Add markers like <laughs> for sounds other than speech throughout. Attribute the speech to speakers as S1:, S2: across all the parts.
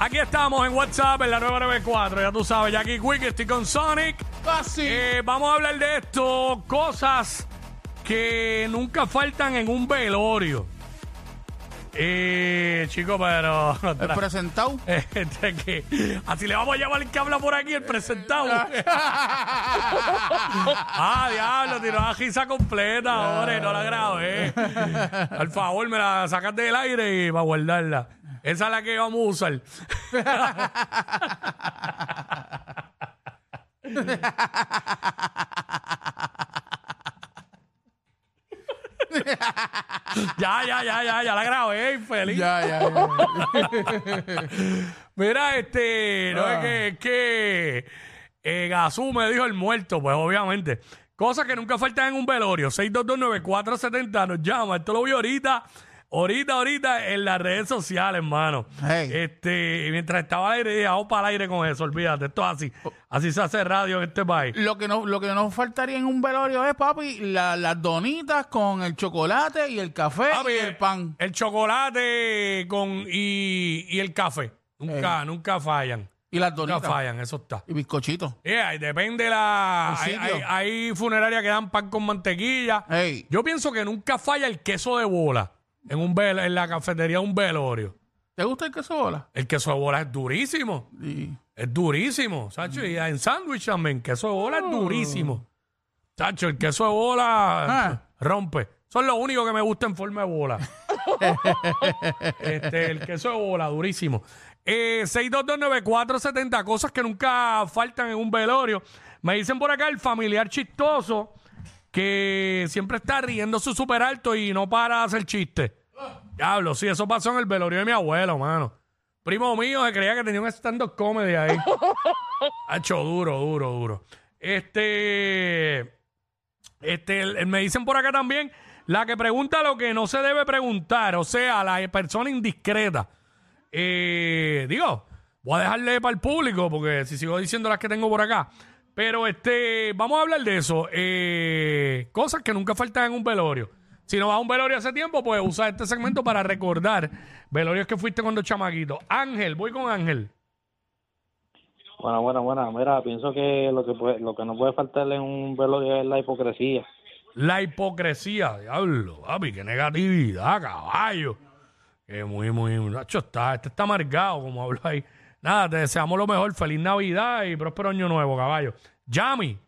S1: Aquí estamos en WhatsApp en la 994, ya tú sabes, Jackie Quick, estoy con Sonic.
S2: Fácil.
S1: Eh, vamos a hablar de esto, cosas que nunca faltan en un velorio. Eh, chico, pero... <laughs>
S2: El presentado.
S1: Este que- así le vamos a llamar el que habla por aquí, el presentado. ah, diablo, tiró la gisa completa, hombre, no la grabé. Por favor, me la sacas del aire y para guardarla. Esa es la que vamos a usar. <laughs> ya, ya, ya, ya, ya la grabé, infeliz.
S2: Ya, ya, ya.
S1: Mira, este, no es
S2: Ah.
S1: que, es que eh, Gazú me dijo el muerto, pues obviamente. Cosas que nunca faltan en un velorio. 6229470 nos llama. Esto lo vi ahorita, ahorita, ahorita en las redes sociales, hermano.
S2: Hey.
S1: Este, y mientras estaba al aire, dije, "Vamos para el aire con eso, olvídate. Esto es así. Así se hace radio en este país.
S2: Lo que no, lo que no faltaría en un velorio es, papi, la- las donitas con el chocolate y el café
S1: Papi,
S2: y el pan.
S1: El chocolate con y, y el café. Nunca, nunca fallan.
S2: Y las
S1: Nunca
S2: donitas.
S1: fallan, eso está.
S2: Y bizcochitos.
S1: Yeah, y depende la.
S2: El
S1: Hay,
S2: sitio.
S1: hay- hay funerarias que dan pan con mantequilla.
S2: Ey.
S1: Yo pienso que nunca falla el queso de bola en un velo- en la cafetería de un velorio.
S2: ¿Te gusta el queso bola?
S1: El queso de bola es durísimo.
S2: Y- eh,
S1: Es durísimo, Sacho. Y en sándwich también, queso de bola es durísimo. Sacho, el queso de bola
S2: Ah.
S1: rompe. Son los únicos que me gusta en forma de bola. <laughs> este, el queso de bola, durísimo. Eh, 6229470, cosas que nunca faltan en un velorio. Me dicen por acá el familiar chistoso que siempre está riéndose súper alto y no para de hacer chiste. Diablo, sí, eso pasó en el velorio de mi abuelo, mano. Primo mío se creía que tenía un stand-up comedy ahí. Hacho, duro, duro, duro. Este. Este, el- el- me dicen por acá también la que pregunta lo que no se debe preguntar, o sea, la persona indiscreta. Eh, digo, voy a dejarle para el público porque si sigo diciendo las que tengo por acá. Pero este, vamos a hablar de eso. Eh, cosas que nunca faltan en un velorio. Si no vas a un velorio hace tiempo, pues usa este segmento para recordar velorios que fuiste cuando chamaquito. Ángel, voy con Ángel.
S3: Bueno, bueno, bueno, mira, pienso que lo que puede- lo que no puede faltarle en un velorio es la hipocresía.
S1: La hipocresía, diablo, papi, qué negatividad, caballo. Que muy, muy, Nacho está, este está amargado, como hablo ahí. Nada, te deseamos lo mejor, feliz Navidad y próspero año nuevo, caballo. Yami,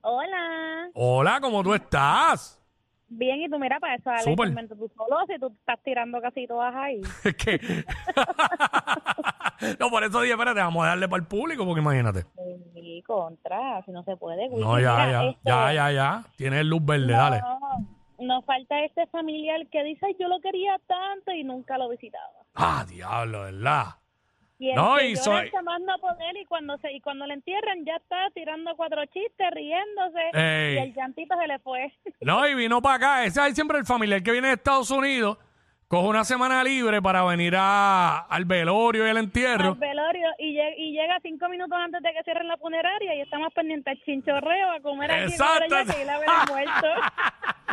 S4: Hola.
S1: hola, ¿cómo tú estás? <laughs>
S4: Bien, y tú mira para eso, Alex,
S1: Súper.
S4: realmente tú solo, si tú estás tirando casi todas ahí.
S1: Es que. <laughs> no, por eso dije, espérate, vamos a darle para el público, porque imagínate.
S4: Y contra, si no se puede. Wiki,
S1: No, ya,
S4: mira,
S1: ya,
S4: esto-
S1: ya, ya, ya. Tienes luz verde, dale.
S4: No, no falta este familiar que dice, yo lo quería tanto y nunca lo visitaba.
S1: Ah, diablo, ¿verdad?
S4: Y el
S1: No,
S4: que
S1: y
S4: llora
S1: soy-
S4: está más no poder y cuando se y cuando le entierran ya está tirando cuatro chistes, riéndose,
S1: Ey.
S4: y el llantito se le fue. <laughs>
S1: No, y vino para acá. Ese es siempre el familiar que viene de Estados Unidos. Coge una semana libre para venir a, al velorio y al entierro.
S4: al velorio y, lleg- y llega cinco minutos antes de que cierren la funeraria y está más pendiente al chinchorreo a comer aquí
S1: Exacto.
S4: ahora ya que ir a ver al muerto.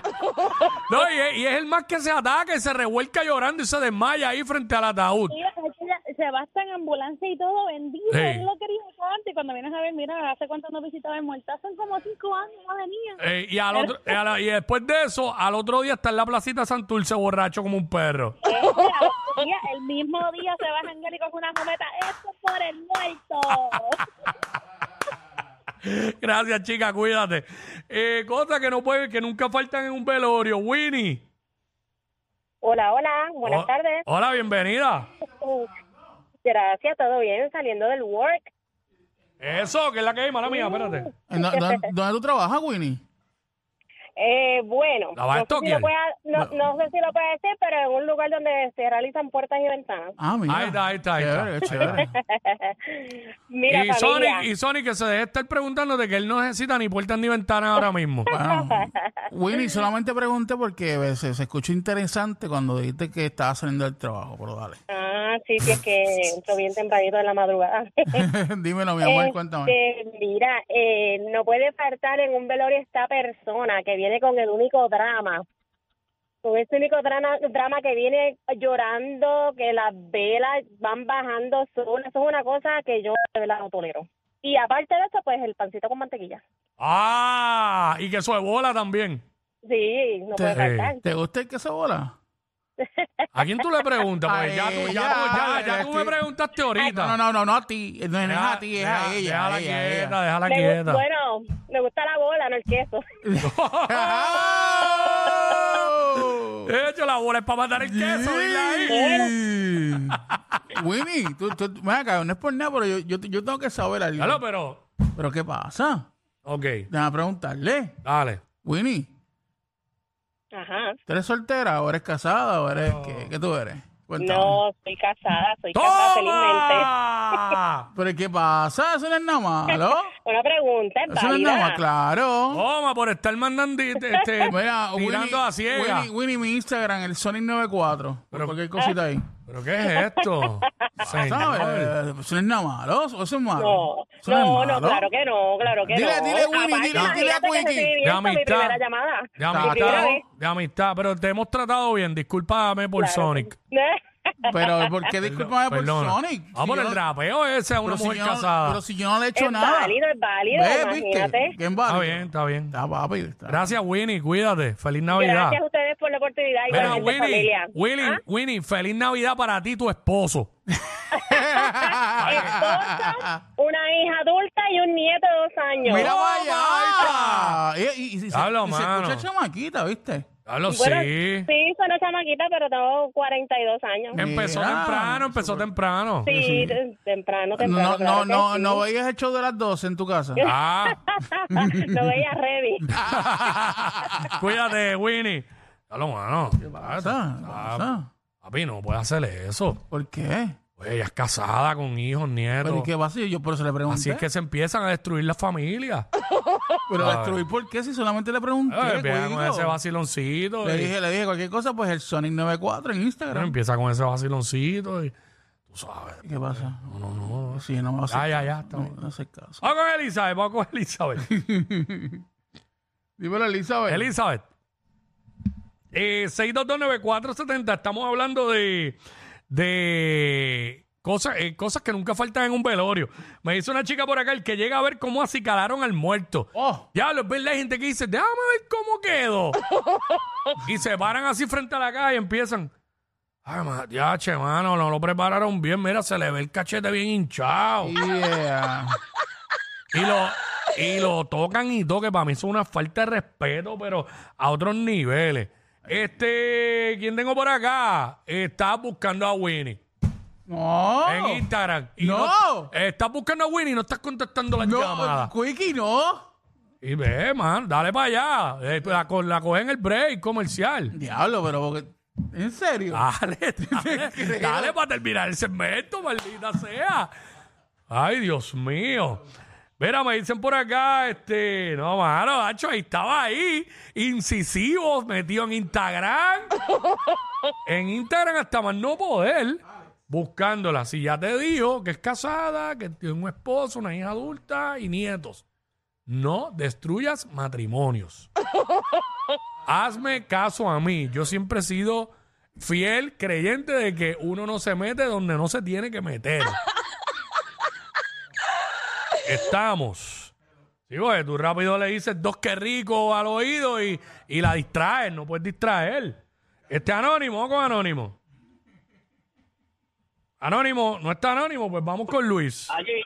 S1: <laughs> No, y, es- y es el más que se ataca, y se revuelca llorando y se desmaya ahí frente al ataúd.
S4: Mira, es que ya se va hasta en ambulancia y todo, bendito,
S1: Sí.
S4: él lo quería tanto y cuando vienes a ver, mira, hace cuánto no visitaba el muerto, son como cinco años, no venía.
S1: Eh, y, al otro- y a la- y después de eso, al otro día está en la placita Santurce borracho como un perro.
S4: Este, al- mira, el mismo día se va a janguear y coge una cometa, esto es por el muerto.
S1: <laughs> Gracias, chica, cuídate. Eh, cosas que no pueden, que nunca faltan en un velorio. Winnie.
S5: Hola, hola, buenas
S1: Ho-
S5: tardes.
S1: Hola, bienvenida.
S5: Gracias, todo bien, saliendo del work.
S1: Eso, que es la que hay, mala mía, espérate.
S2: ¿En dó- dónde, dónde tú trabajas, Winnie?
S5: Eh, bueno,
S1: ¿La vas a
S5: no sé, si
S1: toquear?
S5: lo pueda- no, no sé si lo puede decir, pero en un lugar donde se realizan puertas y ventanas.
S2: Ah, mira.
S1: Ahí está, ahí está, ahí está.
S2: Chévere, chévere.
S5: <laughs> Mira,
S1: y,
S5: familia,
S1: Sonic, y Sonic que se deje estar preguntando de que él no necesita ni puertas ni ventanas ahora
S2: <laughs>
S1: mismo.
S2: Ah, Bueno, Winnie, solamente pregunté porque eh, se, se escuchó interesante cuando dijiste que estabas saliendo del trabajo, pero dale. <laughs>
S5: Ah, sí, sí, es que entro bien tempranito en la madrugada.
S2: Dímelo, mi amor,
S5: Este,
S2: cuéntame.
S5: <laughs> mira, eh, no puede faltar en un velorio esta persona que viene con el único drama Con ese único drama, drama que viene llorando, que las velas van bajando solas, eso es una cosa que yo de verdad no tolero. Y aparte de eso, pues el pancito con mantequilla.
S1: Ah, y queso de bola también.
S5: Sí, no
S2: Te-
S5: puede faltar.
S2: ¿Te gusta el queso bola?
S1: ¿A quién tú le preguntas? Porque
S2: Ay,
S1: ya tú, ya,
S2: ya,
S1: tú- ya- ya
S2: ya
S1: tú
S2: estoy-
S1: me preguntaste
S2: No,
S1: ahorita.
S2: no, no, no, no a ti. No no es
S1: Deja-
S2: a ti, es a
S1: deja-
S2: ella.
S1: Déjala
S2: a ella, a ella.
S1: quieta, déjala
S5: Me gu-
S1: quieta.
S5: bueno, me gusta la bola, no el queso. <laughs>
S1: <laughs>
S2: ¡Oh!
S1: De hecho, la bola es para matar el queso, dile ahí.
S2: <laughs> Winnie, tú, tú, ven acá, no es por nada, pero yo, yo, yo tengo que saber algo.
S1: Claro, pero.
S2: ¿Pero qué pasa?
S1: Ok,
S2: Déjame preguntarle.
S1: dale.
S2: Winnie,
S5: Ajá.
S2: ¿tú eres soltera o eres casada o eres qué? ¿Qué tú eres? Cuéntame.
S5: No, estoy casada, soy casada felizmente.
S1: ¡Toma!
S2: ¿Pero qué pasa? Eso no es nada malo.
S5: Una pregunta, es
S2: Eso no es nada malo,
S5: válida.
S2: claro.
S1: Toma, por estar mandando este,
S2: <laughs> Mira, Winnie,
S1: Oh, tirando a ciega.
S2: Winnie, Winnie, mi Instagram, el Sonic94.
S1: Pero-
S2: Cualquier cosita ahí.
S1: ¿Pero qué es esto?
S2: <laughs>
S1: Señor.
S2: ¿Sabes? Eso no es nada malo. Eso es malo.
S5: No,
S2: Eso es
S5: no, no,
S2: malo.
S5: claro que no, claro que
S2: Dile-
S5: no.
S2: dile a Winnie,
S5: Aparte,
S2: dile- dile a
S5: imagínate que
S2: Wiki.
S5: recibí
S1: De
S5: esta, mi
S1: amistad.
S5: primera llamada.
S1: De
S5: Mi primera
S1: amistad,
S5: vez.
S1: de amistad, pero te hemos tratado bien. Discúlpame por
S5: Claro. <laughs>
S1: Sonic.
S2: Pero, ¿por qué discúlpame por
S1: Perdona.
S2: Sonic?
S1: Ah, por
S2: Si yo-
S1: el rapeo ese a
S2: pero
S1: una
S2: si
S1: mujer
S2: yo no-
S1: casada.
S2: Pero si yo no le he hecho
S5: Es
S2: nada.
S5: válido, es válido,
S2: Ve, ¿viste?
S5: imagínate.
S2: ¿Quién
S1: Está
S2: válido?
S1: bien, está bien.
S2: Está papi. está.
S1: Gracias, Winnie. Cuídate. Feliz Navidad.
S5: Gracias a ustedes por la oportunidad.
S1: Mira,
S5: Igualmente,
S1: Winnie,
S5: familia.
S1: Winnie,
S5: ¿Ah?
S1: Winnie, feliz Navidad para ti y tu esposo.
S5: Ah,
S2: Ah,
S5: Esposa, una hija adulta y un nieto de dos años. ¡Oh,
S2: Mira,
S1: Toma,
S2: vaya. Y, y, y, se-
S1: Habla,
S2: y se
S1: mano.
S2: escucha chamaquita, ¿viste?
S1: Hablo,
S5: Bueno,
S1: sí.
S5: Sí, soy una chamaquita, pero tengo 42 años.
S2: Em,
S1: Empezó
S2: Mira,
S1: temprano, empezó temprano.
S5: Sí, te- temprano, temprano.
S2: No, no,
S5: claro que
S2: no,
S5: sí.
S2: no veías el show de las 12 en tu casa.
S1: Ah,
S2: <laughs>
S5: <laughs> no veía Revi.
S1: cuídate, Winnie. Hablo, mano. ¿Qué
S2: pasa? ¿Qué
S1: Ah,
S2: pasa?
S1: Papi, no puedes hacerle eso.
S2: ¿Por qué?
S1: Oye, ella es casada con hijos, nietos.
S2: Pero ¿y qué pasa? Yo- Yo por eso le pregunté.
S1: Así es que se empiezan a destruir las familias.
S2: Ah,
S1: Eh,
S2: Pero
S1: Ay.
S2: destruir, ¿por qué? Si solamente le pregunté.
S1: Ay, empiezan con
S2: coño.
S1: ese vaciloncito.
S2: le
S1: y-
S2: dije, le dije cualquier cosa, pues el Sonic94 en
S1: Bueno,
S2: Instagram.
S1: empieza con ese vaciloncito y tú sabes.
S2: ¿Qué pasa?
S1: No, no, no.
S2: Sí, no me va a hacer
S1: Ya, ya, ya.
S2: caso.
S1: está
S2: No,
S1: bien.
S2: no hace caso.
S1: Vamos con Elizabeth, vamos con Elizabeth.
S2: Dímelo, Elizabeth.
S1: Elizabeth. Eh, 6229470. Estamos hablando de, de cosas, eh, cosas que nunca faltan en un velorio. Me dice una chica por acá, el que llega a ver cómo acicalaron al muerto.
S2: Oh,
S1: Ya, los verdad hay gente que dice, déjame ver cómo quedo. y se paran así frente a la calle y empiezan. Ay, ma- ya, che, mano, no lo prepararon bien. Mira, se le ve el cachete bien hinchado.
S2: yeah.
S1: Y lo, y lo tocan y toque. Para mí eso es una falta de respeto, pero a otros niveles. Este, ¿quién tengo por acá? Está buscando a Winnie
S2: No.
S1: en Instagram. Y
S2: No.
S1: Estás buscando a Winnie y no estás contestando las
S2: No,
S1: llamadas.
S2: Quickie, no.
S1: Y ve, man, dale para allá. Eh, La, co- la cogen en el break comercial.
S2: Diablo, pero porque... ¿En serio?
S1: Dale, dale, dale para terminar el segmento, maldita sea. Ay, Dios mío. Mira, me dicen por acá, este, no, mano, Nacho, ahí estaba ahí, incisivos, metido en Instagram. en Instagram hasta más no poder, buscándola. Si ya te digo que es casada, que tiene un esposo, una hija adulta y nietos. No destruyas matrimonios. Hazme caso a mí. Yo siempre he sido fiel creyente de que uno no se mete donde no se tiene que meter. Estamos. Sí, porque tú rápido le dices dos que rico al oído y, y la distraes, no puedes distraer. Este anónimo, vamos con anónimo. Anónimo, no está anónimo, pues vamos con Luis.
S6: Aquí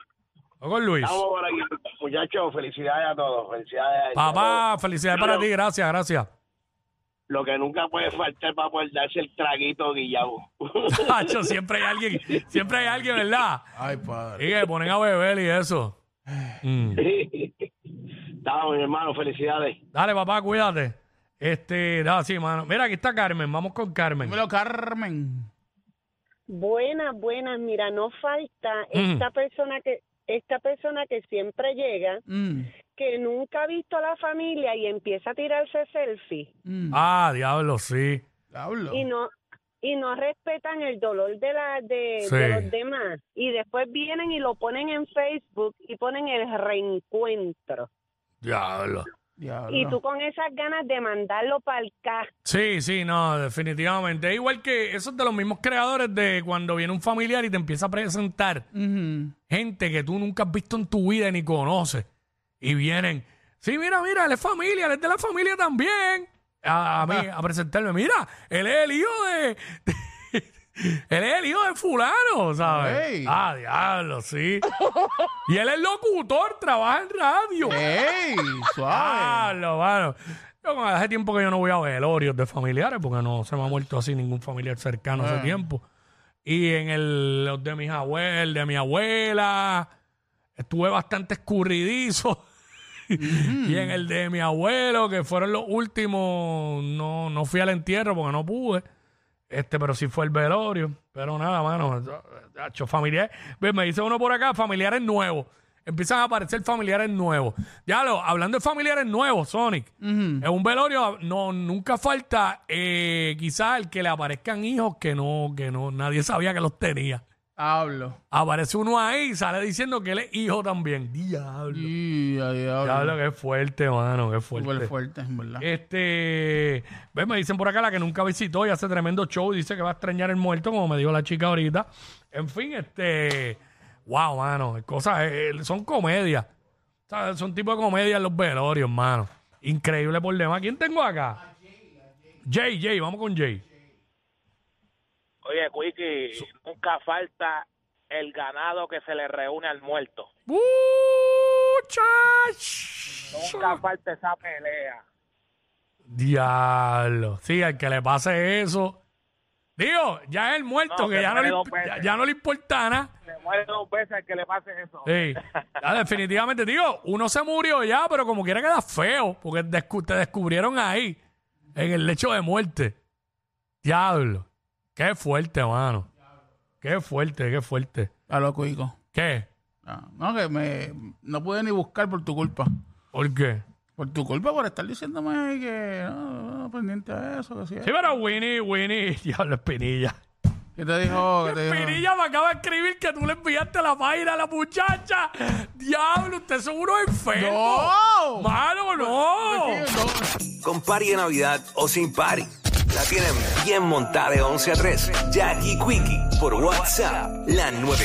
S1: Vamos con Luis.
S6: estamos por aquí. Muchachos, felicidades a todos. Felicidades a
S1: Papá, felicidades para ti, gracias, gracias.
S6: Lo que nunca puede faltar para poder darse el traguito <laughs> guillabo.
S1: <laughs> Tacho, siempre hay alguien, siempre hay alguien, ¿verdad?
S2: Ay, padre.
S1: Y que ponen a beber y eso. Mm.
S6: Estamos, mi hermano, felicidades.
S1: Dale, papá, cuídate. Este, nada, sí, mano. Mira, aquí está Carmen. Vamos con Carmen.
S2: Dímelo, Carmen.
S7: Buenas, buenas. Mira, no falta
S1: Mm.
S7: esta persona que esta persona que siempre llega,
S2: Mm,
S7: que nunca ha visto a la familia y empieza a tirarse selfie
S2: mm.
S1: Ah, diablo, sí.
S2: Diablo.
S7: y no y no respetan el dolor de la de,
S1: Sí.
S7: de los demás y después vienen y lo ponen en Facebook y ponen el reencuentro.
S1: Diablo.
S2: Diablo.
S7: Y tú con esas ganas de mandarlo para el ca.
S1: Sí, sí, no, definitivamente. Es igual que esos de los mismos creadores de cuando viene un familiar y te empieza a presentar
S2: Ujú.
S1: gente que tú nunca has visto en tu vida ni conoces. Y vienen, sí, mira, mira, él es familia, él es de la familia también. A, a mí,
S2: Ah.
S1: a presentarme, mira, él es el hijo de... <laughs> Él es el hijo de fulano, ¿sabes?
S2: Ey.
S1: Ah, diablo, sí. y él es locutor, trabaja en radio.
S2: ¡Ey!
S1: Ah.
S2: Suave.
S1: Diablo, mano. Yo, como hace tiempo que yo no voy a velorios de familiares porque no se me ha muerto así ningún familiar cercano hace tiempo. Y en el, los de mis abuelos, de mi abuela, estuve bastante escurridizo. <laughs> Y en el de mi abuelo, que fueron los últimos, no, no fui al entierro porque no pude. Este, pero sí fue el velorio. Pero nada, mano. Hacho, familiares. Ve, Me dice uno por acá, familiares nuevos. Empiezan a aparecer familiares nuevos. Ya lo, hablando de familiares nuevos, Sonic. En un velorio no, nunca falta eh, quizás el que le aparezcan hijos que no, que no, nadie sabía que los tenía.
S2: Hablo.
S1: Aparece uno ahí y sale diciendo que él es hijo también. Diablo.
S2: Y a
S1: Diablo,
S2: diablo.
S1: qué fuerte, mano, qué
S2: Súper
S1: fuerte. Eh.
S2: fuerte, en verdad.
S1: Este, ves, me dicen por acá la que nunca visitó y hace tremendo show y dice que va a extrañar el muerto, como me dijo la chica ahorita. En fin, este, wow, mano, cosas, eh, son comedias. ¿Sabes? Son tipo de comedias los velorios, mano. Increíble por demás. ¿Quién tengo acá? Jay, Jay, vamos con Jay.
S8: Oye, Quiki, nunca falta el ganado que se le reúne al muerto.
S1: Muchachos.
S8: Nunca falta esa pelea.
S1: Diablo. Sí, al que le pase eso. Digo, ya es el muerto,
S8: No,
S1: que
S8: que
S1: ya no, le,
S8: muere dos
S1: imp- ya-
S8: veces.
S1: ya no le importa nada.
S8: Le muere dos veces al que le pase eso.
S1: Sí. Ya, definitivamente, tío, uno se murió ya, pero como quiera queda feo, porque descu- te descubrieron ahí, en el lecho de muerte. Diablo. Qué fuerte, mano. Qué fuerte, qué fuerte.
S2: A lo cuico.
S1: ¿Qué?
S2: Ah, No, que me, no pude ni buscar por tu culpa.
S1: ¿Por qué?
S2: Por tu culpa, por estar diciéndome que no, no, pendiente a eso. Que sí.
S1: Sí, pero Winnie, Winnie, diablo, Espinilla.
S2: ¿Qué te dijo? ¿Qué te dijo?
S1: Espinilla me acaba de escribir que tú le enviaste la página a la muchacha. Diablo, usted es uno enfermo.
S2: ¡No!
S1: Mano, no.
S9: Con party de Navidad o sin party. La tienen bien montada de 11 a 3. Jackie Quickie por WhatsApp. La 94.